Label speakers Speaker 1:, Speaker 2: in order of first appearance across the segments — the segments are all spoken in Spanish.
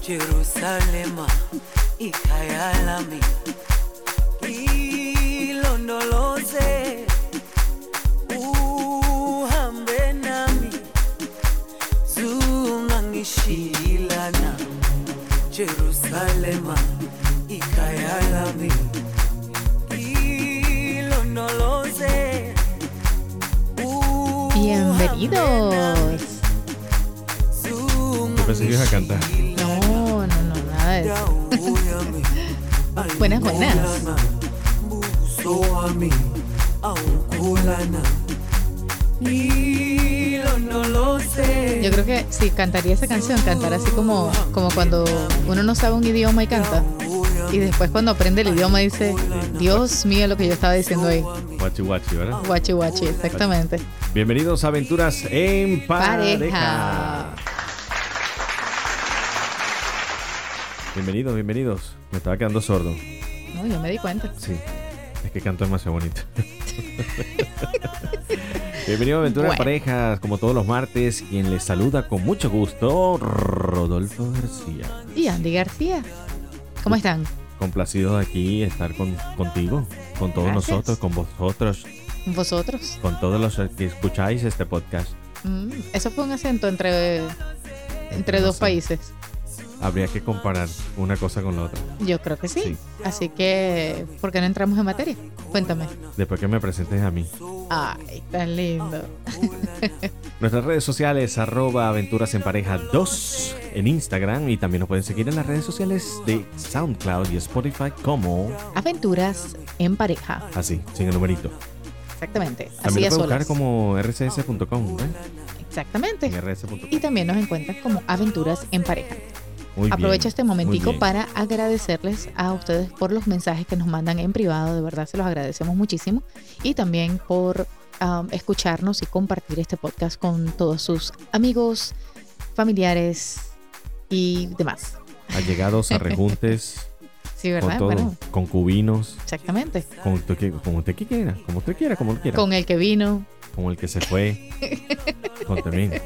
Speaker 1: jerusalema ikayalami ilondoloze uhambe nami zungangishilana jerusalema ikayalami ilondoloze
Speaker 2: Bienvenidos.
Speaker 1: Yo
Speaker 3: pensé que ibas a cantar.
Speaker 2: No, no, no, nada de eso. Buenas, buenas. Yo creo que si cantaría esa canción, cantar así como, como cuando uno no sabe un idioma y canta. Y después cuando aprende el idioma dice, Dios mío lo que yo estaba diciendo ahí.
Speaker 3: Guachi guachi, ¿verdad?
Speaker 2: Guachi guachi, exactamente.
Speaker 3: Bienvenidos a Aventuras en Pareja.
Speaker 2: Pareja.
Speaker 3: Bienvenidos, bienvenidos. Me estaba quedando sordo.
Speaker 2: No, yo me di cuenta.
Speaker 3: Sí. Es que canto demasiado bonito. Bienvenidos a Aventuras en
Speaker 2: Bueno.
Speaker 3: Parejas, como todos los martes, quien les saluda con mucho gusto, Rodolfo García.
Speaker 2: Y Andy García. ¿Cómo están?
Speaker 3: Complacido de aquí estar con, contigo, con todos
Speaker 2: Gracias.
Speaker 3: nosotros, con vosotros,
Speaker 2: ¿Vosotros?
Speaker 3: con todos los que escucháis este podcast.
Speaker 2: Mm, eso fue un acento entre, entre
Speaker 3: No
Speaker 2: dos
Speaker 3: sé.
Speaker 2: países.
Speaker 3: Habría que comparar una cosa con la otra.
Speaker 2: Yo creo que sí.
Speaker 3: Sí.
Speaker 2: Así que, ¿por qué no entramos en materia? Cuéntame.
Speaker 3: Después que me presentes a mí.
Speaker 2: Ay, tan lindo.
Speaker 3: Nuestras redes sociales, arroba aventuras en pareja 2 en Instagram y también nos pueden seguir en las redes sociales de SoundCloud y Spotify como
Speaker 2: Aventuras en pareja.
Speaker 3: así, sin el numerito.
Speaker 2: Exactamente. Así
Speaker 3: También
Speaker 2: a
Speaker 3: nos pueden buscar
Speaker 2: solas.
Speaker 3: como rcs.com, ¿eh? En
Speaker 2: Exactamente. Y
Speaker 3: rcs.com.
Speaker 2: también nos encuentran como Aventuras en pareja.
Speaker 3: Muy bien,
Speaker 2: Aprovecho este
Speaker 3: muy
Speaker 2: momentico
Speaker 3: bien.
Speaker 2: para agradecerles a ustedes por los mensajes que nos mandan en privado, de verdad se los agradecemos muchísimo y también por um, escucharnos y compartir este podcast con todos sus amigos, familiares y demás.
Speaker 3: Allegados, arrejuntes,
Speaker 2: Sí,
Speaker 3: con
Speaker 2: ¿verdad?
Speaker 3: todo,
Speaker 2: Bueno,
Speaker 3: concubinos,
Speaker 2: exactamente.
Speaker 3: con usted, que- como usted que quiera, como usted quiera, como usted quiera.
Speaker 2: Con el que vino,
Speaker 3: Como el que se fue. Con también.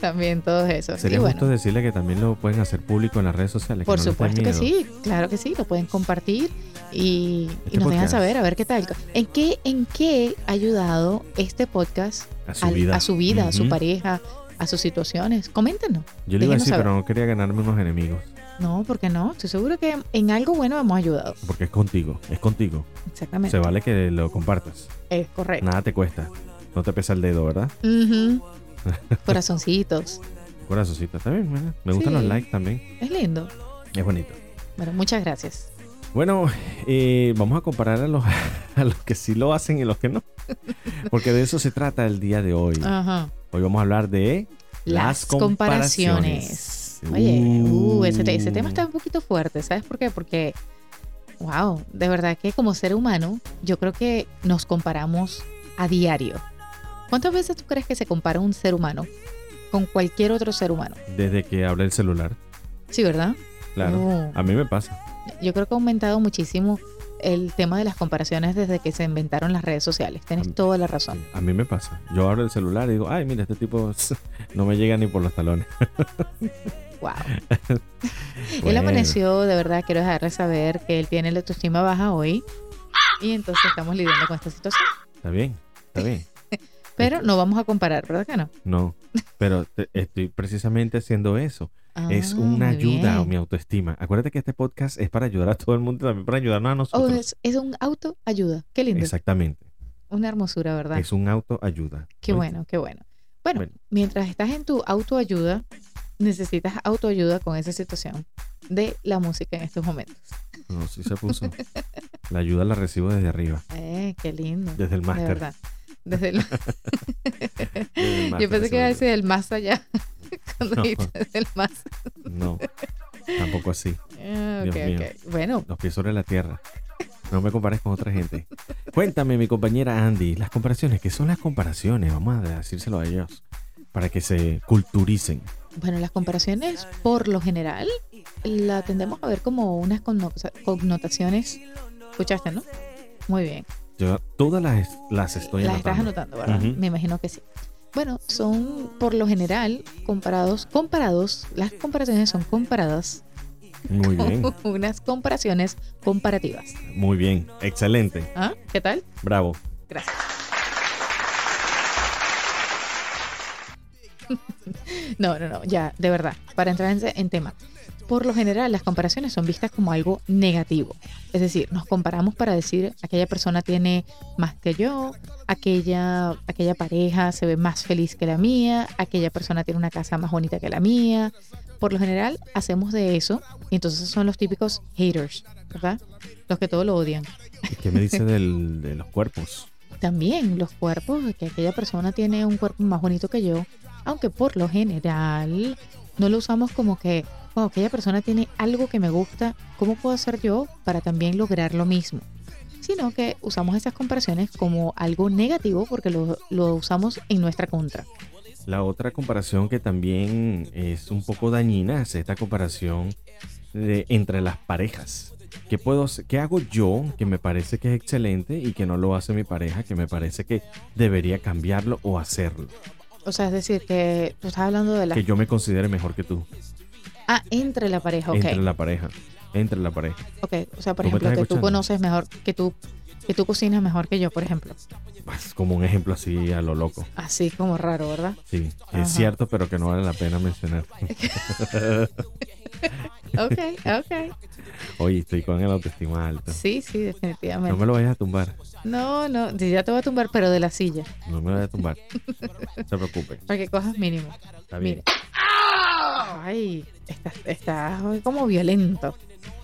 Speaker 2: también todos esos.
Speaker 3: Sería
Speaker 2: y bueno,
Speaker 3: justo decirle que también lo pueden hacer público en las redes sociales.
Speaker 2: Por
Speaker 3: que no les dé
Speaker 2: supuesto que
Speaker 3: miedo.
Speaker 2: sí, claro que sí, lo pueden compartir y,
Speaker 3: Este
Speaker 2: y nos dejan
Speaker 3: podcast.
Speaker 2: saber a ver qué tal. ¿En qué, en qué ha ayudado este podcast
Speaker 3: A su
Speaker 2: al-
Speaker 3: vida.
Speaker 2: a su, vida, a su
Speaker 3: Ujú.
Speaker 2: pareja, a sus situaciones? Coméntenos.
Speaker 3: Yo le iba a
Speaker 2: Déjenos
Speaker 3: decir,
Speaker 2: saber.
Speaker 3: pero no quería ganarme unos enemigos.
Speaker 2: No, porque no, estoy seguro que en algo bueno hemos ayudado.
Speaker 3: Porque es contigo, es contigo.
Speaker 2: Exactamente.
Speaker 3: Se vale que lo compartas.
Speaker 2: Es correcto.
Speaker 3: Nada te cuesta. No te pesa el dedo, ¿verdad?
Speaker 2: Ujú. Corazoncitos.
Speaker 3: Corazoncito, está bien, ¿verdad? Me gustan
Speaker 2: Sí.
Speaker 3: los likes también.
Speaker 2: Es lindo.
Speaker 3: Es bonito.
Speaker 2: Bueno, muchas gracias.
Speaker 3: Bueno, eh, vamos a comparar a los, a los que sí lo hacen y los que no. Porque de eso se trata el día de hoy.
Speaker 2: Ajá.
Speaker 3: Hoy vamos a hablar de
Speaker 2: Ah. Las comparaciones. Oye, uh, ese, te- ese tema está un poquito fuerte, ¿sabes por qué? Porque, wow, de verdad que como ser humano, yo creo que nos comparamos a diario. ¿Cuántas veces tú crees que se compara un ser humano con cualquier otro ser humano?
Speaker 3: Desde que hablé el celular,
Speaker 2: Sí, ¿verdad?
Speaker 3: claro.
Speaker 2: Uh,
Speaker 3: A mí me pasa.
Speaker 2: yo creo que ha aumentado muchísimo el tema de las comparaciones desde que se inventaron las redes sociales. Tienes toda la razón.
Speaker 3: A mí me pasa. Yo abro el celular y digo, ay, mira, este tipo no me llega ni por los talones.
Speaker 2: Wow. Él
Speaker 3: Bueno.
Speaker 2: amaneció, de verdad, quiero dejarle saber que él tiene la autoestima baja hoy. Y entonces estamos lidiando con esta situación.
Speaker 3: Está bien, está bien. Este,
Speaker 2: Pero no vamos a comparar, ¿verdad que no?
Speaker 3: No, pero te- estoy precisamente haciendo eso. es
Speaker 2: Ah,
Speaker 3: una
Speaker 2: muy
Speaker 3: ayuda a
Speaker 2: bien.
Speaker 3: mi autoestima. Acuérdate que este podcast es para ayudar a todo el mundo, también para ayudarnos a
Speaker 2: Oh,
Speaker 3: nosotros.
Speaker 2: es, es un auto ayuda. Qué lindo.
Speaker 3: Exactamente.
Speaker 2: Una hermosura, ¿verdad?
Speaker 3: Es un autoayuda.
Speaker 2: Qué
Speaker 3: ¿Oíste?
Speaker 2: bueno, qué bueno. Bueno,
Speaker 3: Bueno.
Speaker 2: mientras estás en tu autoayuda, necesitas autoayuda con esa situación de la música en estos momentos.
Speaker 3: No, sí se puso. La ayuda la recibo desde arriba,
Speaker 2: Eh, qué lindo.
Speaker 3: desde el
Speaker 2: de
Speaker 3: máster.
Speaker 2: verdad. Desde el-
Speaker 3: desde el máster
Speaker 2: Yo pensé
Speaker 3: de
Speaker 2: que iba a
Speaker 3: seguridad.
Speaker 2: decir del más allá. Cuando
Speaker 3: No.
Speaker 2: dijiste del más.
Speaker 3: No, tampoco así.
Speaker 2: Ah,
Speaker 3: Dios
Speaker 2: ok,
Speaker 3: mío.
Speaker 2: ok. Bueno,
Speaker 3: Los pies sobre la tierra. No me compares con otra gente. Cuéntame, mi compañera Andy, las comparaciones. ¿Qué son las comparaciones? Vamos a decírselo a ellos para que se culturicen.
Speaker 2: Bueno, las comparaciones por lo general la tendemos a ver como unas conno- connotaciones. ¿Escuchaste, no? Muy bien.
Speaker 3: Yo todas las, las estoy
Speaker 2: las
Speaker 3: anotando.
Speaker 2: estás anotando, ¿verdad?
Speaker 3: Ujú.
Speaker 2: Me imagino que sí. bueno, son por lo general comparados, comparados, las comparaciones son comparadas
Speaker 3: Muy bien,
Speaker 2: con unas comparaciones comparativas.
Speaker 3: muy bien, excelente,
Speaker 2: ¿Ah? ¿Qué tal?
Speaker 3: bravo.
Speaker 2: Gracias. No, no, no, ya, de verdad, para entrar en, en tema. Por lo general, las comparaciones son vistas como algo negativo. Es decir, nos comparamos para decir, aquella persona tiene más que yo, aquella, aquella pareja se ve más feliz que la mía, aquella persona tiene una casa más bonita que la mía. Por lo general, hacemos de eso y entonces son los típicos haters, ¿verdad? Los que todo lo odian.
Speaker 3: ¿Y ¿Qué me dice del- de los cuerpos?
Speaker 2: También los cuerpos, que aquella persona tiene un cuerpo más bonito que yo, aunque por lo general no lo usamos como que, wow, aquella persona tiene algo que me gusta, ¿cómo puedo hacer yo para también lograr lo mismo? Sino que usamos esas comparaciones como algo negativo porque lo, lo usamos en nuestra contra.
Speaker 3: La otra comparación que también es un poco dañina es esta comparación de- entre las parejas. ¿Qué, puedo, hacer- ¿Qué hago yo que me parece que es excelente y que no lo hace mi pareja, que me parece que debería cambiarlo o hacerlo?
Speaker 2: O sea, es decir, que tú estás hablando de la...
Speaker 3: Que yo me considere mejor que tú,
Speaker 2: Ah, entre la pareja, ok.
Speaker 3: entre la pareja, entre la pareja.
Speaker 2: Ok, o sea, por
Speaker 3: ¿Tú
Speaker 2: ejemplo,
Speaker 3: me estás
Speaker 2: que tú
Speaker 3: escuchando?
Speaker 2: conoces mejor, que tú, que tú cocinas mejor que yo, por ejemplo.
Speaker 3: Pues, como un ejemplo así a lo loco.
Speaker 2: Así como raro, ¿verdad?
Speaker 3: Sí, es
Speaker 2: Ajá.
Speaker 3: cierto, pero que no vale la pena mencionar.
Speaker 2: Ok, ok.
Speaker 3: Oye, estoy con el autoestima alto.
Speaker 2: Sí, sí,
Speaker 3: No
Speaker 2: definitivamente.
Speaker 3: me lo vayas a tumbar,
Speaker 2: No, no, sí, ya te voy a tumbar, pero de la silla,
Speaker 3: no me lo vayas a tumbar. No se preocupen,
Speaker 2: para que cojas mínimo.
Speaker 3: está bien.
Speaker 2: Mira. Ay, estás, estás hoy como violento.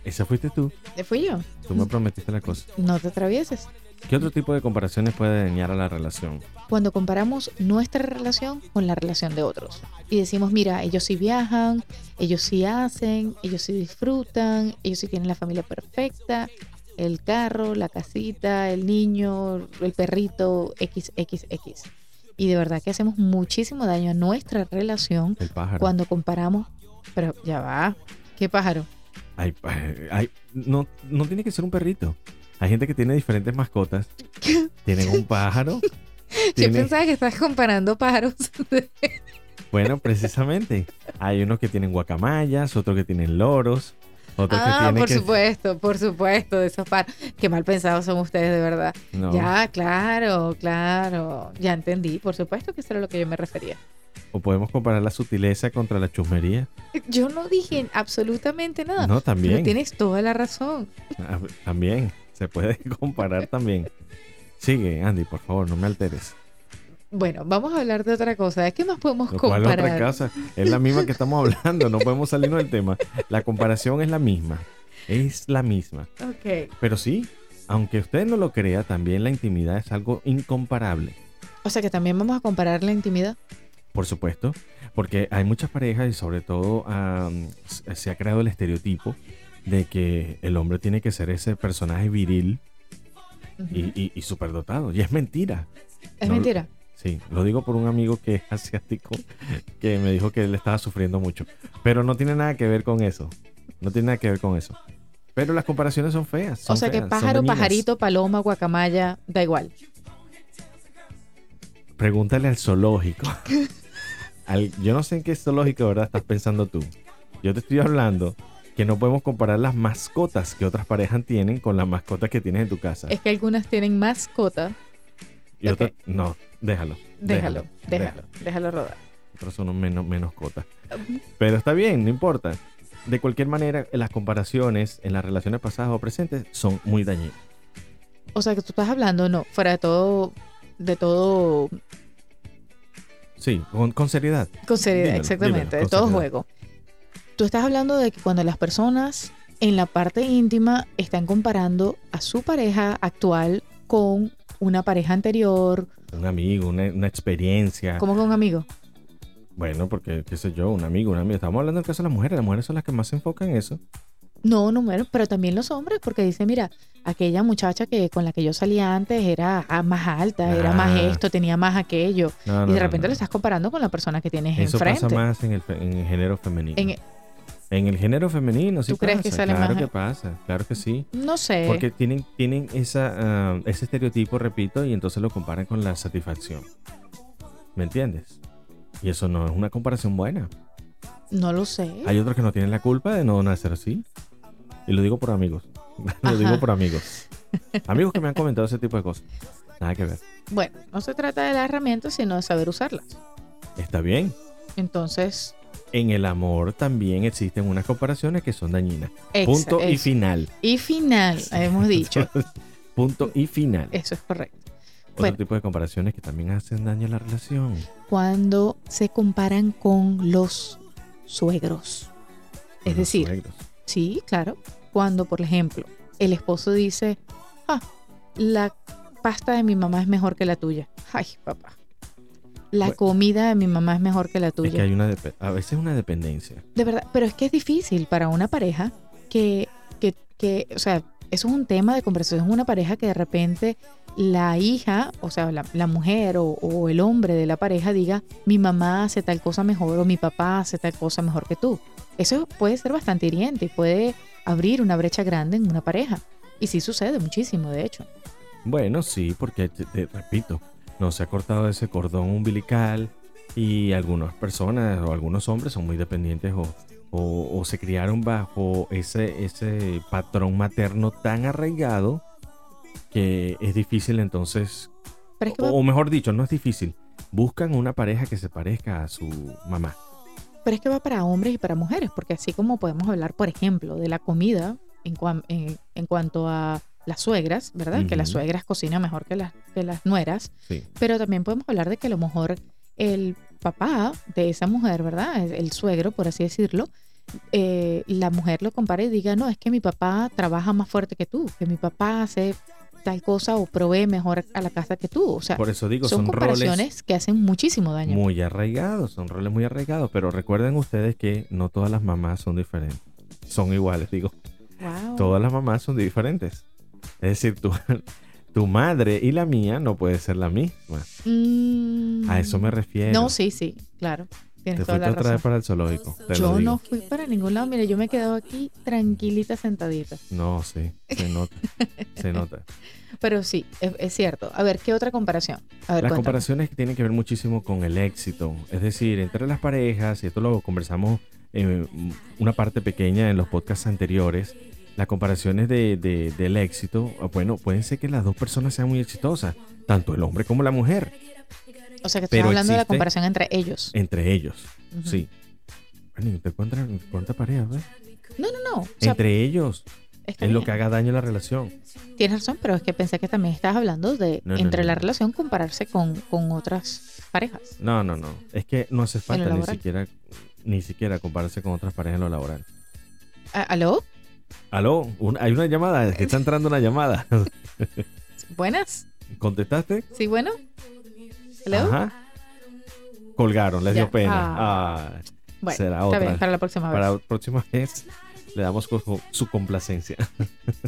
Speaker 3: Esa fuiste tú.
Speaker 2: ¿Te fui yo?
Speaker 3: Tú me prometiste la cosa.
Speaker 2: No te atravieses.
Speaker 3: ¿Qué otro tipo de comparaciones puede dañar a la relación?
Speaker 2: Cuando comparamos nuestra relación con la relación de otros y decimos, mira, ellos sí viajan, ellos sí hacen, ellos sí disfrutan, ellos sí tienen la familia perfecta, el carro, la casita, el niño, el perrito, XXX. Y de verdad que hacemos muchísimo daño a nuestra relación
Speaker 3: El pájaro.
Speaker 2: cuando comparamos, pero ya va, qué pájaro.
Speaker 3: Ay, pa- ay, no, no tiene que ser un perrito. Hay gente que tiene diferentes mascotas. Tienen un pájaro.
Speaker 2: Yo
Speaker 3: tienen-
Speaker 2: pensaba que estás comparando pájaros.
Speaker 3: Bueno, precisamente. Hay unos que tienen guacamayas, otros que tienen loros, otros que
Speaker 2: ah,
Speaker 3: tienen
Speaker 2: por
Speaker 3: que-
Speaker 2: supuesto, por supuesto, de esos pájaros. Qué mal pensados son ustedes, de verdad.
Speaker 3: No.
Speaker 2: Ya, claro, claro. Ya entendí, por supuesto que eso era lo que yo me refería.
Speaker 3: O podemos comparar la sutileza contra la chusmería.
Speaker 2: Yo no dije absolutamente nada. pero
Speaker 3: No, también.
Speaker 2: tienes toda la razón.
Speaker 3: Ah, También. Se puede comparar también. Sigue, Andy, por favor, no me alteres.
Speaker 2: Bueno, vamos a hablar de otra cosa. ¿Qué más podemos
Speaker 3: Lo cual
Speaker 2: comparar?
Speaker 3: otra cosa es la misma que estamos hablando, no podemos salirnos del tema. La comparación es la misma, es la misma.
Speaker 2: Ok.
Speaker 3: Pero sí, aunque usted no lo crea, también la intimidad es algo incomparable,
Speaker 2: O sea que también vamos a comparar la intimidad.
Speaker 3: por supuesto, porque hay muchas parejas y sobre todo am, se- se ha creado el estereotipo de que el hombre tiene que ser ese personaje viril
Speaker 2: Ujú.
Speaker 3: y, y- y superdotado, y es mentira.
Speaker 2: es
Speaker 3: no-
Speaker 2: mentira.
Speaker 3: Sí, lo digo por un amigo que es asiático que me dijo que él estaba sufriendo mucho. Pero no tiene nada que ver con eso. No tiene nada que ver con eso. Pero las comparaciones son feas. son
Speaker 2: o sea que
Speaker 3: feas, son
Speaker 2: pájaro,
Speaker 3: dañinas.
Speaker 2: pajarito, paloma, guacamaya, da igual.
Speaker 3: Pregúntale al zoológico. Al- yo no sé en qué zoológico, ¿verdad? Estás pensando tú. Yo te estoy hablando que no podemos comparar las mascotas que otras parejas tienen con las mascotas que tienes en tu casa.
Speaker 2: Es que algunas tienen mascota.
Speaker 3: Y otras- no, déjalo.
Speaker 2: Déjalo, déjalo, déjalo rodar.
Speaker 3: otros son un menos, menos cotas. Pero está bien, no importa. De cualquier manera, las comparaciones en las relaciones pasadas o presentes son muy dañinas.
Speaker 2: O sea que tú estás hablando, no, fuera de todo, de todo
Speaker 3: Sí, con, con seriedad.
Speaker 2: Con seriedad,
Speaker 3: Dímelo,
Speaker 2: exactamente,
Speaker 3: dímelo,
Speaker 2: de
Speaker 3: con
Speaker 2: todo
Speaker 3: seriedad.
Speaker 2: juego. Tú estás hablando de que cuando las personas en la parte íntima están comparando a su pareja actual con una pareja anterior,
Speaker 3: Un amigo, una, una experiencia.
Speaker 2: como con un amigo.
Speaker 3: Bueno, porque, qué sé yo, un amigo, un amigo. Estamos hablando del caso de las mujeres. Las mujeres son las que más se enfocan en eso.
Speaker 2: No, no, bueno, pero también los hombres, porque dicen, mira, aquella muchacha que con la que yo salía antes era ah, más alta, era más
Speaker 3: Ah.
Speaker 2: esto, tenía más aquello,
Speaker 3: No,
Speaker 2: y
Speaker 3: no,
Speaker 2: de
Speaker 3: no,
Speaker 2: repente
Speaker 3: no.
Speaker 2: lo estás comparando con la persona que tienes
Speaker 3: Eso
Speaker 2: enfrente.
Speaker 3: pasa más en el, fe- en el género femenino.
Speaker 2: En-
Speaker 3: En, el género femenino, sí
Speaker 2: ¿Tú crees que
Speaker 3: pasa,
Speaker 2: sale
Speaker 3: Claro
Speaker 2: más-
Speaker 3: que pasa, claro que sí.
Speaker 2: no sé.
Speaker 3: Porque tienen, tienen esa, ah, ese estereotipo, repito, y entonces lo comparan con la satisfacción. ¿Me entiendes? Y eso no es una comparación buena.
Speaker 2: No lo sé.
Speaker 3: Hay otros que no tienen la culpa de no nacer así. Y lo digo por amigos. lo digo
Speaker 2: Ajá.
Speaker 3: por amigos. Amigos que me han comentado ese tipo de cosas. Nada que ver.
Speaker 2: Bueno, no se trata de las herramientas, sino de saber usarlas.
Speaker 3: Está bien.
Speaker 2: Entonces,
Speaker 3: En el amor también existen unas comparaciones que son dañinas.
Speaker 2: exa-
Speaker 3: Punto y
Speaker 2: ex-
Speaker 3: final.
Speaker 2: y final, hemos dicho.
Speaker 3: Punto y final.
Speaker 2: Eso es correcto.
Speaker 3: Otro
Speaker 2: Bueno.
Speaker 3: tipo de comparaciones que también hacen daño a la relación.
Speaker 2: Cuando se comparan con los suegros. Es
Speaker 3: Los
Speaker 2: decir,
Speaker 3: suegros.
Speaker 2: Sí, claro. Cuando, por ejemplo, el esposo dice, ah, la pasta de mi mamá es mejor que la tuya. Ay, papá. La
Speaker 3: Bueno.
Speaker 2: comida de mi mamá es mejor que la
Speaker 3: Es que
Speaker 2: tuya.
Speaker 3: hay una depe- a veces una dependencia.
Speaker 2: De verdad, pero es que es difícil para una pareja que, que, que, o sea, eso es un tema de conversación con una pareja que de repente la hija, o sea, la, la mujer o, o el hombre de la pareja diga, mi mamá hace tal cosa mejor o mi papá hace tal cosa mejor que tú. Eso puede ser bastante hiriente y puede abrir una brecha grande en una pareja. Y sí sucede muchísimo, de hecho.
Speaker 3: Bueno, sí, porque te, te repito, no se ha cortado ese cordón umbilical y algunas personas o algunos hombres son muy dependientes o, o- o se criaron bajo ese, ese patrón materno tan arraigado que es difícil entonces,
Speaker 2: Pero es que,
Speaker 3: o, o mejor dicho, no es difícil, buscan una pareja que se parezca a su mamá.
Speaker 2: Pero es que va para hombres y para mujeres, porque así como podemos hablar, por ejemplo, de la comida en, cuan- en- en cuanto a las suegras, ¿verdad? Que las
Speaker 3: Ujú.
Speaker 2: suegras cocinan mejor que las, que las nueras,
Speaker 3: Sí.
Speaker 2: pero también podemos hablar de que a lo mejor el papá de esa mujer, ¿verdad? El- El suegro, por así decirlo, eh, la mujer lo compara y diga, no, es que mi papá trabaja más fuerte que tú, que mi papá hace tal cosa o provee mejor a la casa que tú. O sea,
Speaker 3: Por eso digo,
Speaker 2: son,
Speaker 3: son,
Speaker 2: comparaciones
Speaker 3: roles
Speaker 2: que hacen muchísimo daño.
Speaker 3: muy arraigados, son roles muy arraigados, pero recuerden ustedes que no todas las mamás son diferentes, son iguales, digo.
Speaker 2: Wow.
Speaker 3: todas las mamás son diferentes. Es decir, tu, tu madre y la mía no puede ser la misma.
Speaker 2: Mm.
Speaker 3: A eso me refiero.
Speaker 2: No, sí, sí, claro.
Speaker 3: Te
Speaker 2: Tienes toda
Speaker 3: fuiste
Speaker 2: la
Speaker 3: otra vez
Speaker 2: razón.
Speaker 3: para el zoológico. te lo
Speaker 2: Yo no
Speaker 3: digo.
Speaker 2: fui para ningún lado. Mire, yo me he quedado aquí tranquilita, sentadita.
Speaker 3: No, sí. Se nota. se nota.
Speaker 2: Pero sí, es, es cierto. A ver, ¿qué otra comparación? A ver,
Speaker 3: Las
Speaker 2: cuéntame.
Speaker 3: comparaciones que tienen que ver muchísimo con el éxito. Es decir, entre las parejas, y esto lo conversamos en una parte pequeña en los podcasts anteriores, las comparaciones de, de- del éxito, ah, bueno, pueden ser que las dos personas sean muy exitosas, tanto el hombre como la mujer,
Speaker 2: O sea, que
Speaker 3: pero
Speaker 2: estamos hablando de la
Speaker 3: existe-
Speaker 2: comparación entre ellos.
Speaker 3: entre ellos.
Speaker 2: Ujú.
Speaker 3: Sí. Bueno, ¿y te encuentras cuántas parejas, ves?
Speaker 2: No, no, no. O sea,
Speaker 3: Entre ellos
Speaker 2: está
Speaker 3: es lo
Speaker 2: bien.
Speaker 3: que haga daño a la relación.
Speaker 2: Tienes razón, pero es que pensé que también estás hablando de
Speaker 3: No, no,
Speaker 2: entre
Speaker 3: no,
Speaker 2: la
Speaker 3: no.
Speaker 2: relación compararse con, con otras parejas.
Speaker 3: No, no, no. Es que no hace falta ni
Speaker 2: laboral.
Speaker 3: siquiera, ni siquiera compararse con otras parejas en lo laboral.
Speaker 2: A- Ah, ¿Aló?
Speaker 3: Aló, un- hay una llamada, que está entrando una llamada.
Speaker 2: ¿Buenas?
Speaker 3: ¿Contestaste?
Speaker 2: ¿Sí, bueno? ¿Aló?
Speaker 3: Ajá. Colgaron, les
Speaker 2: Ya.
Speaker 3: dio pena.
Speaker 2: Ah.
Speaker 3: Ah,
Speaker 2: Bueno,
Speaker 3: será
Speaker 2: está
Speaker 3: otra.
Speaker 2: bien, para la próxima vez.
Speaker 3: para la próxima vez le damos con- su complacencia.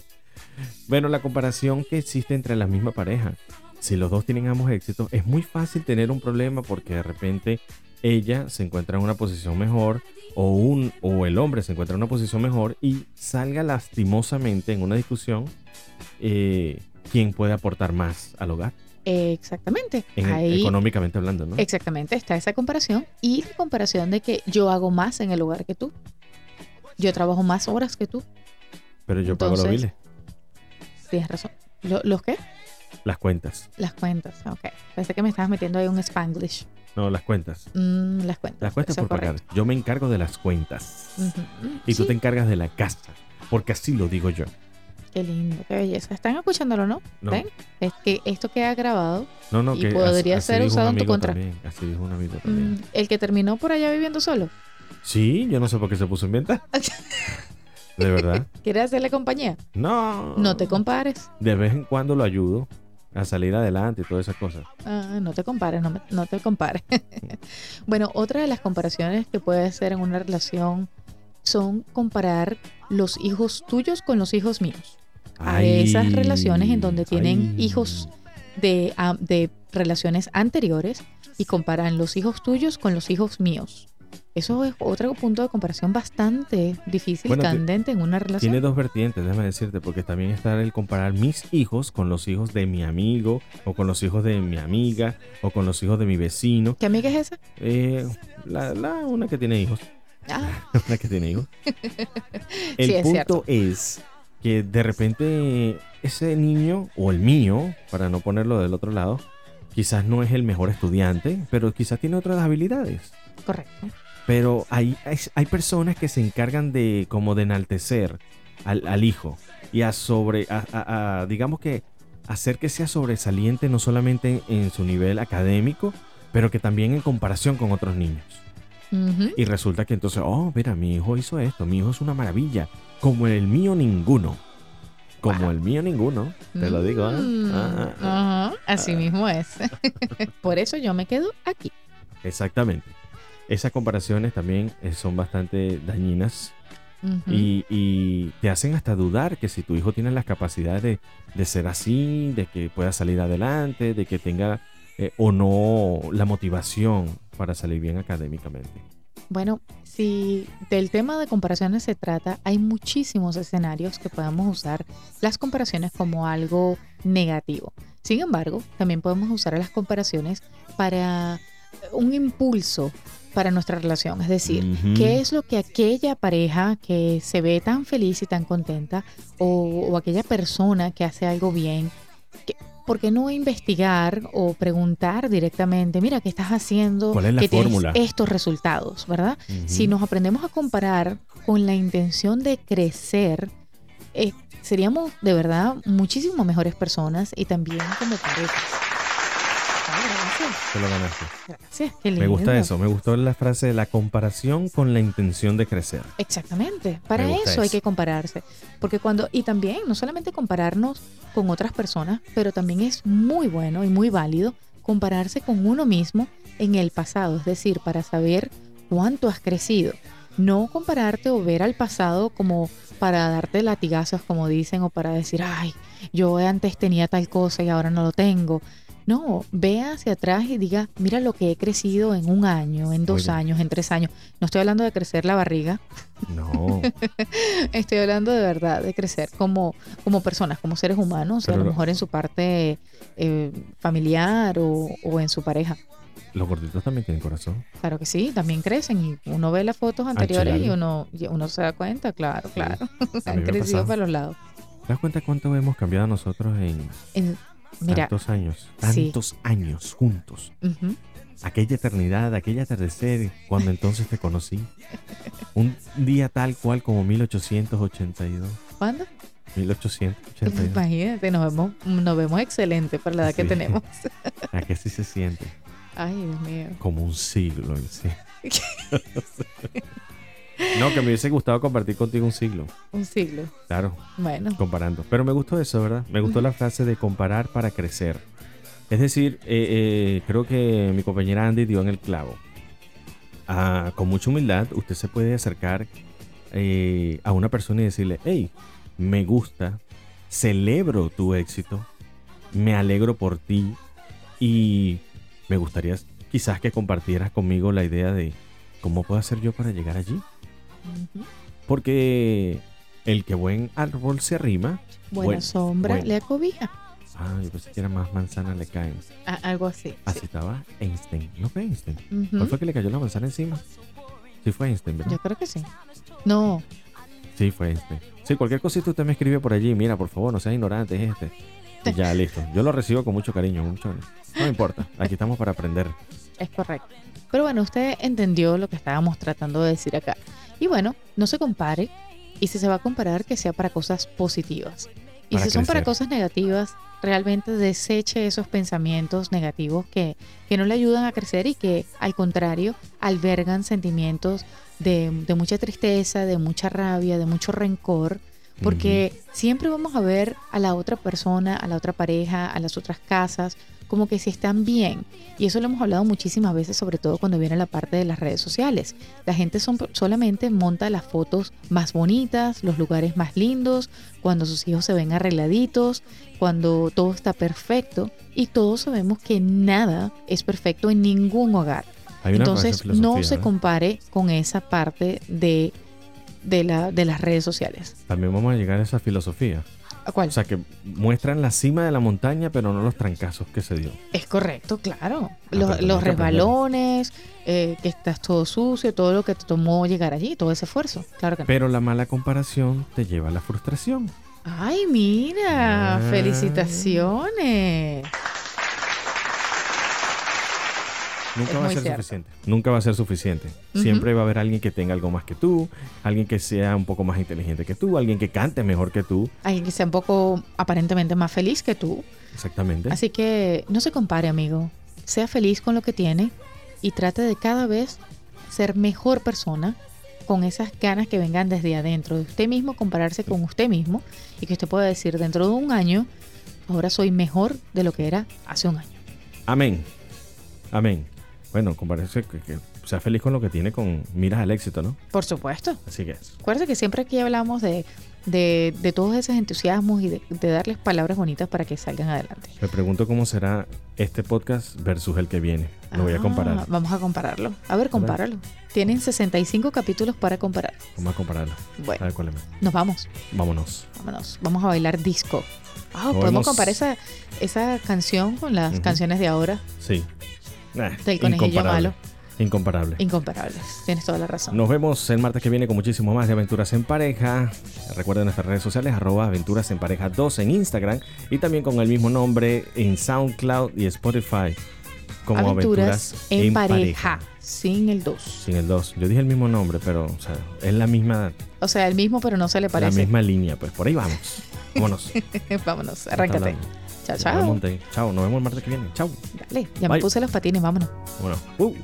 Speaker 3: bueno, la comparación que existe entre la misma pareja. Si los dos tienen ambos éxitos, es muy fácil tener un problema porque de repente ella se encuentra en una posición mejor o, un, o el hombre se encuentra en una posición mejor y salga lastimosamente en una discusión eh, quién puede aportar más al hogar,
Speaker 2: Exactamente.
Speaker 3: En- eh,
Speaker 2: Ahí
Speaker 3: económicamente hablando, ¿no?
Speaker 2: Exactamente, está esa comparación y la comparación de que yo hago más en el hogar que tú. Yo trabajo más horas que tú.
Speaker 3: Pero yo pago los
Speaker 2: entonces-
Speaker 3: biles,
Speaker 2: Tienes razón. Lo- ¿Los qué?
Speaker 3: las cuentas,
Speaker 2: Las cuentas. Ok. Pensé que me estabas metiendo ahí un spanglish.
Speaker 3: no, las cuentas.
Speaker 2: Mm, las cuentas.
Speaker 3: Las cuentas
Speaker 2: eso es
Speaker 3: por pagar.
Speaker 2: correcto.
Speaker 3: Yo me encargo de las cuentas.
Speaker 2: Ujú, ujú.
Speaker 3: Y tú
Speaker 2: Sí,
Speaker 3: te encargas de la casa. Porque así lo digo yo.
Speaker 2: Qué lindo, qué belleza. ¿Están escuchándolo, no?
Speaker 3: No,
Speaker 2: ¿Ven? Es que esto queda grabado.
Speaker 3: no, no
Speaker 2: Y
Speaker 3: que as-
Speaker 2: podría
Speaker 3: así
Speaker 2: ser
Speaker 3: dijo un
Speaker 2: usado en tu
Speaker 3: amigo
Speaker 2: contra.
Speaker 3: también, así dijo un amigo también.
Speaker 2: Mm, el que terminó por allá viviendo solo.
Speaker 3: Sí, yo no sé por qué se puso en venta. De verdad.
Speaker 2: ¿Quieres hacerle compañía?
Speaker 3: No.
Speaker 2: No te compares.
Speaker 3: De vez en cuando lo ayudo a salir adelante y todas esas cosas.
Speaker 2: Ah, no te compares, no, me- no te compares. bueno, otra de las comparaciones que puede hacer en una relación son comparar los hijos tuyos con los hijos míos. A esas
Speaker 3: Ay,
Speaker 2: relaciones en donde tienen
Speaker 3: ay.
Speaker 2: hijos de, ah, de relaciones anteriores y comparan los hijos tuyos con los hijos míos. Eso es otro punto de comparación bastante difícil,
Speaker 3: Bueno, ti-
Speaker 2: candente en una relación.
Speaker 3: Tiene dos vertientes, déjame decirte, porque también está el comparar mis hijos con los hijos de mi amigo, o con los hijos de mi amiga, o con los hijos de mi vecino.
Speaker 2: ¿Qué amiga es esa?
Speaker 3: Eh, la, la- una que tiene hijos.
Speaker 2: Ah,
Speaker 3: Una que tiene hijos. El
Speaker 2: Sí, es
Speaker 3: punto es que de repente ese niño, o el mío, para no ponerlo del otro lado, quizás no es el mejor estudiante, pero quizás tiene otras habilidades.
Speaker 2: correcto.
Speaker 3: Pero hay, hay, hay personas que se encargan de como de enaltecer al, al hijo y a sobre, a, a- a, digamos que hacer que sea sobresaliente no solamente en, en su nivel académico, pero que también en comparación con otros niños.
Speaker 2: Ujú.
Speaker 3: Y resulta que entonces, oh, mira, mi hijo hizo esto, mi hijo es una maravilla, como el mío ninguno. Como el mío ninguno, te lo digo. ¿eh?
Speaker 2: Mm,
Speaker 3: Ah, ah,
Speaker 2: ajá, así mismo es. Por eso yo me quedo aquí.
Speaker 3: ah. Exactamente. Esas comparaciones también eh, son bastante dañinas
Speaker 2: Ujú.
Speaker 3: Y, y te hacen hasta dudar que si tu hijo tiene las capacidades de, de ser así, de que pueda salir adelante, de que tenga eh, o no la motivación para salir bien académicamente.
Speaker 2: Bueno, si del tema de comparaciones se trata, hay muchísimos escenarios que podemos usar las comparaciones como algo negativo. Sin embargo, también podemos usar las comparaciones para un impulso para nuestra relación. Es decir,
Speaker 3: Ujú.
Speaker 2: ¿Qué es lo que aquella pareja que se ve tan feliz y tan contenta o, o aquella persona que hace algo bien? que- ¿Por qué no investigar o preguntar directamente, mira, ¿qué estás haciendo?
Speaker 3: ¿Cuál es la
Speaker 2: que tienes
Speaker 3: fórmula?
Speaker 2: estos resultados, ¿verdad?
Speaker 3: Ujú.
Speaker 2: Si nos aprendemos a comparar con la intención de crecer, eh, seríamos de verdad muchísimo mejores personas y también como parejas. Ah, gracias,
Speaker 3: Te lo ganaste.
Speaker 2: gracias, qué
Speaker 3: Me gusta
Speaker 2: lindo.
Speaker 3: eso, me gustó la frase de la comparación con la intención de crecer.
Speaker 2: Exactamente, para
Speaker 3: Me
Speaker 2: eso,
Speaker 3: gusta
Speaker 2: hay
Speaker 3: eso.
Speaker 2: que compararse, porque cuando y también no solamente compararnos con otras personas, pero también es muy bueno y muy válido compararse con uno mismo en el pasado, es decir, para saber cuánto has crecido. No compararte o ver al pasado como para darte latigazos, como dicen, o para decir, ay, yo antes tenía tal cosa y ahora no lo tengo. No, ve hacia atrás y diga, mira lo que he crecido en un año, en dos
Speaker 3: bien.
Speaker 2: años, en tres años. No estoy hablando de crecer la barriga,
Speaker 3: No,
Speaker 2: Estoy hablando de verdad, de crecer como, como personas, como seres humanos, a
Speaker 3: Pero
Speaker 2: lo
Speaker 3: lo-
Speaker 2: mejor en su parte eh, familiar o, o en su pareja.
Speaker 3: los gorditos también tienen corazón.
Speaker 2: Claro que sí, también crecen y uno ve las fotos anteriores y
Speaker 3: Ah, claro.
Speaker 2: uno, y uno se da cuenta, claro, claro.
Speaker 3: A mí
Speaker 2: Han
Speaker 3: me ha
Speaker 2: crecido
Speaker 3: pasado.
Speaker 2: para los lados.
Speaker 3: ¿Te das cuenta cuánto hemos cambiado nosotros en
Speaker 2: En- mira,
Speaker 3: tantos años?
Speaker 2: sí.
Speaker 3: Tantos años juntos.
Speaker 2: ujú,
Speaker 3: aquella eternidad, aquella atardecer, cuando entonces te conocí. Un día tal cual como 1882.
Speaker 2: ¿cuándo?
Speaker 3: 1882.
Speaker 2: Imagínate, nos vemos, nos vemos excelente para la edad que
Speaker 3: Sí.
Speaker 2: tenemos.
Speaker 3: ¿A qué sí se siente?
Speaker 2: Ay, Dios mío.
Speaker 3: Como un siglo. dice. No, que me hubiese gustado compartir contigo un siglo.
Speaker 2: Un siglo.
Speaker 3: Claro,
Speaker 2: Bueno,
Speaker 3: comparando. Pero me gustó eso, ¿verdad? Me gustó la frase de comparar para crecer. Es decir, eh, eh, creo que mi compañera Andy dio en el clavo. Ah, con mucha humildad, usted se puede acercar eh, a una persona y decirle, hey, me gusta, celebro tu éxito, me alegro por ti y me gustaría quizás que compartieras conmigo la idea de cómo puedo hacer yo para llegar allí.
Speaker 2: ujú.
Speaker 3: Porque el que buen árbol se arrima,
Speaker 2: buena
Speaker 3: Bueno,
Speaker 2: sombra,
Speaker 3: bueno.
Speaker 2: le acobija.
Speaker 3: Ah, yo pensé que era más manzana le caen.
Speaker 2: Ah, algo así.
Speaker 3: Así estaba Einstein. ¿No fue Einstein?
Speaker 2: Ujú.
Speaker 3: ¿Cuál fue que le cayó la manzana encima? Sí fue Einstein, ¿verdad?
Speaker 2: ¿Mm? Yo creo que sí. No,
Speaker 3: Sí fue Einstein. Sí, cualquier cosita usted me escribe por allí. Mira, por favor, no seas ignorante, es este. Y ya, listo. Yo lo recibo con mucho cariño, mucho. No me importa. Aquí estamos para aprender.
Speaker 2: es correcto. Pero bueno, usted entendió lo que estábamos tratando de decir acá. Y bueno, no se compare. Y si se va a comparar, que sea para cosas positivas. Y
Speaker 3: Para
Speaker 2: si son para
Speaker 3: crecer.
Speaker 2: cosas negativas, realmente deseche esos pensamientos negativos que, que no le ayudan a crecer y que, al contrario, albergan sentimientos de, de mucha tristeza, de mucha rabia, de mucho rencor. Porque siempre vamos a ver a la otra persona, a la otra pareja, a las otras casas, como que si están bien. Y eso lo hemos hablado muchísimas veces, sobre todo cuando viene la parte de las redes sociales. La gente son- solamente monta las fotos más bonitas, los lugares más lindos, cuando sus hijos se ven arregladitos, cuando todo está perfecto. Y todos sabemos que nada es perfecto en ningún hogar.
Speaker 3: Hay una
Speaker 2: Entonces,
Speaker 3: base de
Speaker 2: no
Speaker 3: filosofía,
Speaker 2: se
Speaker 3: ¿eh?
Speaker 2: compare con esa parte de, de, la, de las redes sociales.
Speaker 3: También vamos a llegar a esa filosofía.
Speaker 2: ¿A cuál?
Speaker 3: O sea, que muestran la cima de la montaña, pero no los trancazos que se dio.
Speaker 2: es correcto, claro.
Speaker 3: Ah, pero
Speaker 2: Los,
Speaker 3: tenemos
Speaker 2: los
Speaker 3: que aprender.
Speaker 2: resbalones, eh, que estás todo sucio, todo lo que te tomó llegar allí, todo ese esfuerzo. Claro que no.
Speaker 3: Pero la mala comparación te lleva a la frustración.
Speaker 2: Ay, mira,
Speaker 3: Ah.
Speaker 2: felicitaciones.
Speaker 3: Nunca
Speaker 2: Es
Speaker 3: va a
Speaker 2: muy
Speaker 3: ser
Speaker 2: cierto.
Speaker 3: suficiente. Nunca va a ser suficiente.
Speaker 2: Ujú.
Speaker 3: Siempre va a haber alguien que tenga algo más que tú, alguien que sea un poco más inteligente que tú, alguien que cante mejor que tú.
Speaker 2: Alguien que sea un poco aparentemente más feliz que tú.
Speaker 3: Exactamente.
Speaker 2: Así que no se compare, amigo. Sea feliz con lo que tiene y trate de cada vez ser mejor persona con esas ganas que vengan desde adentro de usted mismo, compararse con usted mismo y que usted pueda decir dentro de un año, ahora soy mejor de lo que era hace un año.
Speaker 3: Amén. Amén. Bueno, comparece que, que sea feliz con lo que tiene con miras al éxito, ¿no?
Speaker 2: Por supuesto.
Speaker 3: Así que es.
Speaker 2: Acuérdate que siempre aquí hablamos de, de, de todos esos entusiasmos y de, de darles palabras bonitas para que salgan adelante.
Speaker 3: Me pregunto cómo será este podcast versus el que viene. Lo voy a
Speaker 2: Ah,
Speaker 3: comparar.
Speaker 2: Vamos a compararlo. A ver, compáralo. Tienen 65 capítulos para comparar.
Speaker 3: Vamos a compararlo. A
Speaker 2: Bueno,
Speaker 3: ver cuál es.
Speaker 2: nos vamos.
Speaker 3: Vámonos.
Speaker 2: Vámonos, vamos a bailar disco. Ah,
Speaker 3: Nos
Speaker 2: podemos
Speaker 3: vemos.
Speaker 2: comparar esa, esa canción con las
Speaker 3: Ujú.
Speaker 2: canciones de ahora,
Speaker 3: Sí. Ah,
Speaker 2: Del conejillo malo.
Speaker 3: Incomparable.
Speaker 2: incomparables. Tienes toda la razón.
Speaker 3: Nos vemos el martes que viene con muchísimo más de Aventuras en Pareja. Recuerden nuestras redes sociales, arroba Aventuras en Pareja 2 en Instagram y también con el mismo nombre en SoundCloud y Spotify como
Speaker 2: Aventuras, en, pareja,
Speaker 3: Pareja.
Speaker 2: sin el 2.
Speaker 3: Sin el 2. Yo dije el mismo nombre, pero o sea, es la misma,
Speaker 2: O sea, el mismo, pero no se le
Speaker 3: la
Speaker 2: parece.
Speaker 3: misma línea. Pues por ahí vamos. Vámonos.
Speaker 2: Vámonos,
Speaker 3: Hasta
Speaker 2: arráncate.
Speaker 3: luego.
Speaker 2: Chao,
Speaker 3: Nos vemos,
Speaker 2: chao.
Speaker 3: Monte. Chao, nos vemos el martes que viene. Chao.
Speaker 2: Dale, ya me
Speaker 3: Bye.
Speaker 2: puse los patines, vámonos.
Speaker 3: Bueno. Uh.